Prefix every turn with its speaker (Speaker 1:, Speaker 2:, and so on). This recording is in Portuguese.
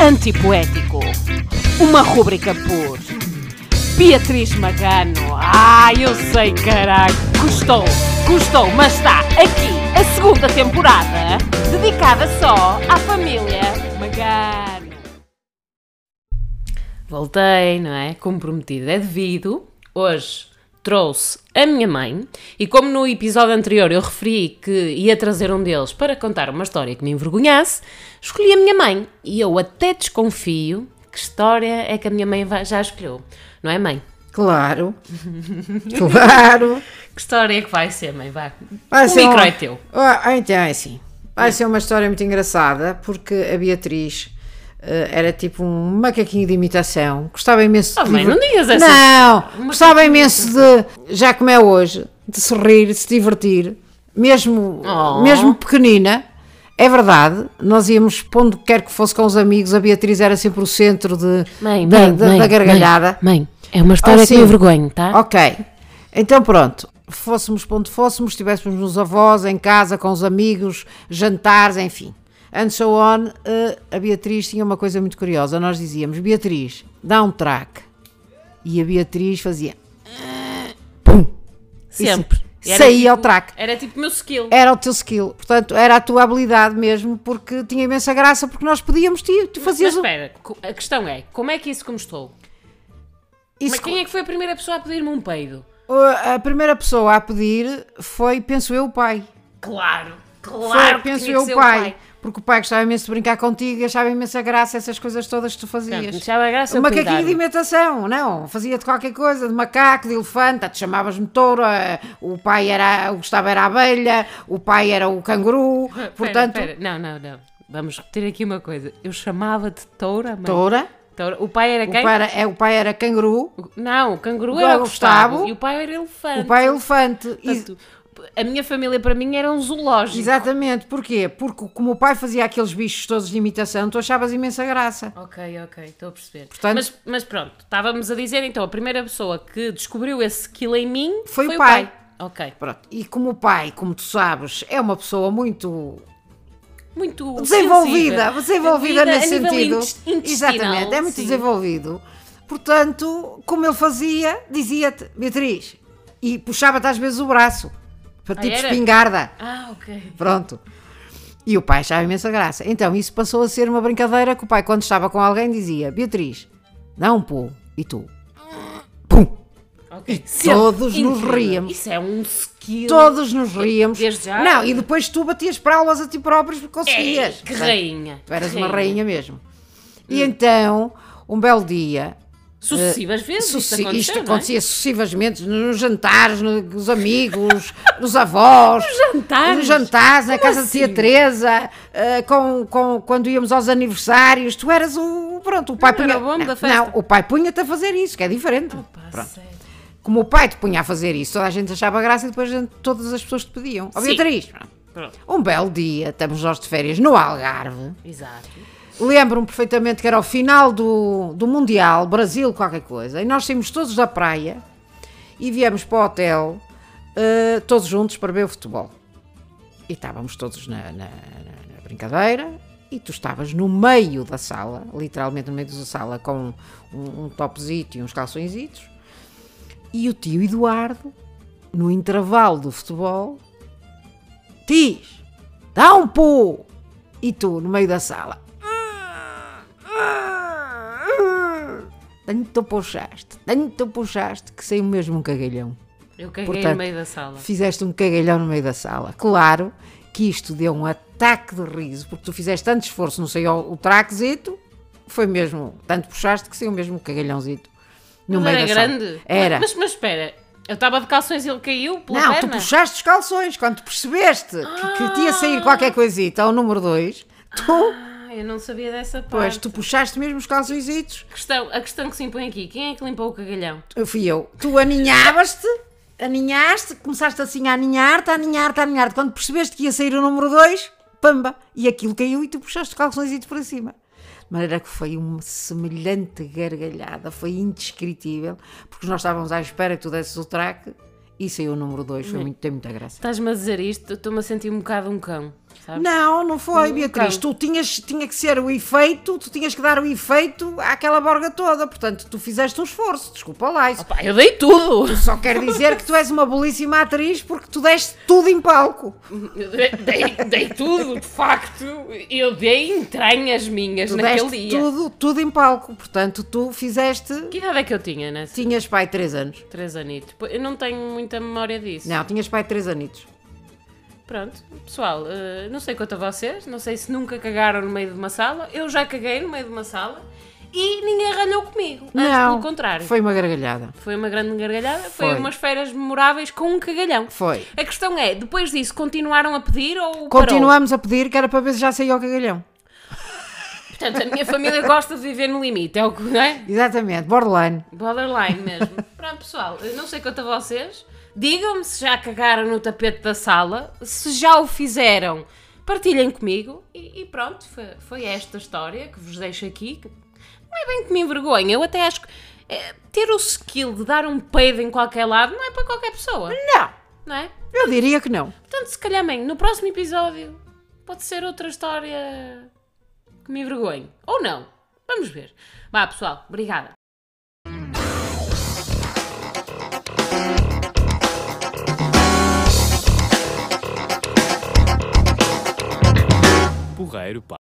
Speaker 1: Antipoético. Uma rúbrica por Beatriz Magano. Ah, eu sei, caralho. Custou, custou, mas está aqui a segunda temporada dedicada só à família Magano. Voltei, não é? Como prometido, é devido. Hoje trouxe a minha mãe e, como no episódio anterior eu referi que ia trazer um deles para contar uma história que me envergonhasse, escolhi a minha mãe e eu até desconfio que história é que a minha mãe vai- já escolheu, não é, mãe?
Speaker 2: Claro. claro.
Speaker 1: Que história é que vai ser, mãe? Vá.
Speaker 2: Vai
Speaker 1: o
Speaker 2: ser
Speaker 1: micro
Speaker 2: uma-
Speaker 1: é teu. Hum.
Speaker 2: Ah, ah, então é assim. Vai ser uma história muito engraçada porque a Beatriz eh, era tipo um macaquinho de imitação. Gostava imenso
Speaker 1: Oh, mãe,
Speaker 2: divert-
Speaker 1: não digas Um essas-
Speaker 2: Não, gostava imenso de, já como é hoje, de se rir, de se divertir, mesmo,
Speaker 1: Oh.
Speaker 2: mesmo pequenina. É verdade, nós íamos pondo quer que fosse com os amigos, a Beatriz era sempre o centro de,
Speaker 1: Mãe,
Speaker 2: da,
Speaker 1: mãe,
Speaker 2: da-
Speaker 1: mãe,
Speaker 2: da gargalhada.
Speaker 1: Mãe, mãe, é uma história
Speaker 2: Ah,
Speaker 1: que me
Speaker 2: sim.
Speaker 1: envergonho, tá?
Speaker 2: Ok. Então pronto. Fôssemos para onde fôssemos, estivéssemos nos avós, em casa, com os amigos, jantares, enfim. And so on, eh, a Beatriz tinha uma coisa muito curiosa. Nós dizíamos, Beatriz, dá um track. E a Beatriz fazia.
Speaker 1: Sempre.
Speaker 2: Oh, Isso- saía ao traque. É,
Speaker 1: Era tipo o meu skill.
Speaker 2: Era o teu skill. Portanto, era a tua habilidade mesmo, porque tinha imensa graça, porque nós podíamos ti. Tu
Speaker 1: Mas
Speaker 2: fazias o-
Speaker 1: espera, co- a questão é, como é que isso começou?
Speaker 2: isso.
Speaker 1: Mas quem é que foi a primeira pessoa a pedir-me um peido?
Speaker 2: Uh, A primeira pessoa a pedir foi, penso eu, o pai.
Speaker 1: Claro,
Speaker 2: Foi,
Speaker 1: claro que
Speaker 2: penso
Speaker 1: tinha
Speaker 2: eu,
Speaker 1: que ser
Speaker 2: o pai. Porque o pai gostava imenso de brincar contigo e achava imensa graça essas coisas todas que tu
Speaker 1: Portanto,
Speaker 2: fazias.
Speaker 1: deixava a graça
Speaker 2: Um
Speaker 1: eu
Speaker 2: macaquinho de
Speaker 1: cuidar-me.
Speaker 2: imitação, não, fazia-te qualquer coisa, de macaco, de elefante, ah, te chamavas-me touro, ah, o pai era, o Gustavo era a abelha, o pai era o canguru, portanto,
Speaker 1: Pera, pera. Não, não, não. Vamos repetir aqui uma coisa. Eu chamava-te toura, mãe.
Speaker 2: toura,
Speaker 1: Toura. O pai era
Speaker 2: o
Speaker 1: quem?
Speaker 2: pai, era, é, o pai era canguru,
Speaker 1: O- Não, o canguru
Speaker 2: O
Speaker 1: era o
Speaker 2: Gustavo.
Speaker 1: Gustavo, e o pai era elefante.
Speaker 2: o pai é elefante, e-
Speaker 1: Portanto, a minha família para mim era um zoológico.
Speaker 2: exatamente, porquê? Porque como o pai fazia aqueles bichos todos de imitação, tu achavas imensa graça.
Speaker 1: Ok, ok, estou a perceber.
Speaker 2: Portanto-
Speaker 1: mas, mas pronto, estávamos a dizer então, a primeira pessoa que descobriu esse skill em mim
Speaker 2: Foi
Speaker 1: foi,
Speaker 2: o
Speaker 1: pai.
Speaker 2: pai.
Speaker 1: Ok.
Speaker 2: Pronto, e como o pai, como tu sabes, é uma pessoa muito
Speaker 1: Muito
Speaker 2: desenvolvida,
Speaker 1: sensível.
Speaker 2: desenvolvida
Speaker 1: Vida
Speaker 2: nesse
Speaker 1: a nível
Speaker 2: sentido.
Speaker 1: intes- intestinal,
Speaker 2: Exatamente, é muito
Speaker 1: sim.
Speaker 2: desenvolvido. Portanto, como ele fazia, dizia-te, Beatriz, e puxava-te às vezes o braço, para
Speaker 1: Ah,
Speaker 2: tipo
Speaker 1: era?
Speaker 2: espingarda.
Speaker 1: Ah, ok.
Speaker 2: Pronto. E o pai achava imensa graça. Então, isso passou a ser uma brincadeira que o pai, quando estava com alguém, dizia: Beatriz, dá um pulo. E tu? Pum!
Speaker 1: Ok.
Speaker 2: todos
Speaker 1: Sempre.
Speaker 2: nos
Speaker 1: Incrível.
Speaker 2: ríamos.
Speaker 1: Isso é um skill.
Speaker 2: Todos nos ríamos.
Speaker 1: Desde já?
Speaker 2: Não, e depois tu batias para aulas a ti próprios porque
Speaker 1: Ei,
Speaker 2: conseguias.
Speaker 1: É, que rainha.
Speaker 2: Tu eras uma rainha mesmo. E
Speaker 1: Hum.
Speaker 2: então, um belo dia.
Speaker 1: Sucessivas vezes
Speaker 2: eh, sucessi-
Speaker 1: isto aconteceu,
Speaker 2: isto
Speaker 1: não é?
Speaker 2: acontecia sucessivamente nos jantares, nos amigos, nos avós. Nos
Speaker 1: jantares?
Speaker 2: Nos jantares, na
Speaker 1: Como
Speaker 2: casa
Speaker 1: assim?
Speaker 2: de tia Teresa, eh, com, com, quando íamos aos aniversários. Tu eras o. Pronto, o pai
Speaker 1: Não, era
Speaker 2: punha.
Speaker 1: o homem da
Speaker 2: não,
Speaker 1: festa.
Speaker 2: não, o pai punha-te a fazer isso, que é diferente.
Speaker 1: Pá,
Speaker 2: Pronto.
Speaker 1: sério.
Speaker 2: Como o pai te punha a fazer isso, toda a gente achava graça e depois a gente- todas as pessoas te pediam. Ó
Speaker 1: Sim. Ah,
Speaker 2: Beatriz,
Speaker 1: Pronto.
Speaker 2: um belo dia, estamos nós de férias no Algarve.
Speaker 1: Exato.
Speaker 2: Lembro-me perfeitamente que era o final do, do Mundial, Brasil, qualquer coisa, e nós saímos todos da praia e viemos para o hotel, eh, todos juntos, para ver o futebol. E estávamos todos na, na- na- na brincadeira, e tu estavas no meio da sala, literalmente no meio da sala, com um, um topzito e uns calçõezitos, e o tio Eduardo, no intervalo do futebol, diz: dá um pô! E tu, no meio da sala, tanto puxaste, tanto puxaste que saiu mesmo um cagalhão.
Speaker 1: Eu caguei no
Speaker 2: Portanto,
Speaker 1: meio da sala.
Speaker 2: Fizeste um cagalhão no meio da sala. Claro que isto deu um ataque de riso, porque tu fizeste tanto esforço, não saiu o traquezito, foi mesmo, tanto puxaste que saiu mesmo um cagalhãozito no
Speaker 1: Mas
Speaker 2: meio
Speaker 1: era
Speaker 2: da
Speaker 1: grande.
Speaker 2: sala. Era.
Speaker 1: Mas, mas espera, eu estava de calções e ele caiu pela
Speaker 2: não, tu
Speaker 1: perna?
Speaker 2: puxaste os calções quando tu percebeste que, que te ia sair qualquer coisita ao número 2, tu,
Speaker 1: Ah, eu não sabia dessa parte.
Speaker 2: pois, tu puxaste mesmo os calçõezitos
Speaker 1: Questão, a questão que se impõe aqui, quem é que limpou o cagalhão?
Speaker 2: Eu fui eu. Tu aninhavas-te, aninhaste, começaste assim a aninhar-te, a aninhar-te, a aninhar-te. Quando percebeste que ia sair o número 2, pamba, e aquilo caiu e tu puxaste o calçõezinho para cima. De maneira que foi uma semelhante gargalhada, foi indescritível, porque nós estávamos à espera que tu desses o traque e saiu o número 2, foi muito, tem muita graça.
Speaker 1: Estás-me a dizer isto, eu estou-me a sentir um bocado um cão. sabes?
Speaker 2: Não, não foi,
Speaker 1: Não,
Speaker 2: Beatriz. Tu tinhas, tinha que ser o efeito, tu tinhas que dar o efeito àquela borga toda. Portanto, tu fizeste um esforço, desculpa lá. Isso
Speaker 1: Pá, eu dei tudo!
Speaker 2: só quer dizer que tu és uma belíssima atriz porque tu deste tudo em palco.
Speaker 1: Eu dei, dei- dei tudo, de facto. Eu dei entranhas minhas
Speaker 2: Tu
Speaker 1: naquele
Speaker 2: deste
Speaker 1: dia.
Speaker 2: tudo, tudo em palco. Portanto, tu fizeste.
Speaker 1: Que idade é que eu tinha, né?
Speaker 2: Tinhas pai 3 anos.
Speaker 1: Três anitos. Pô, Eu não tenho muita memória disso.
Speaker 2: Não, tinhas pai 3 anitos.
Speaker 1: Pronto, pessoal, eh, não sei quanto a vocês, não sei se nunca cagaram no meio de uma sala. Eu já caguei no meio de uma sala e ninguém ralhou comigo. Antes,
Speaker 2: não.
Speaker 1: Ah, pelo contrário.
Speaker 2: Foi uma gargalhada.
Speaker 1: Foi uma grande gargalhada, foi,
Speaker 2: Foi.
Speaker 1: umas feiras memoráveis com um cagalhão.
Speaker 2: Foi.
Speaker 1: A questão é, depois disso, continuaram a pedir ou parou?
Speaker 2: Continuamos a pedir que era para ver se já saiu o cagalhão.
Speaker 1: Portanto, a minha família gosta de viver no limite, é o que, não é?
Speaker 2: Exatamente, borderline.
Speaker 1: Borderline mesmo. Pronto, pessoal, eu não sei quanto a vocês. Digam-me se já cagaram no tapete da sala, se já o fizeram, partilhem comigo. E, e pronto, foi, foi esta história que vos deixo aqui. que Não é bem que me envergonha, eu até acho que eh, ter o skill de dar um peido em qualquer lado não é para qualquer pessoa,
Speaker 2: Não,
Speaker 1: não é?
Speaker 2: eu diria que não.
Speaker 1: Portanto, se calhar, bem, no próximo episódio pode ser outra história que me envergonhe. Ou não. Vamos ver. Vá, pessoal. Obrigada.
Speaker 3: Porreiro, pá.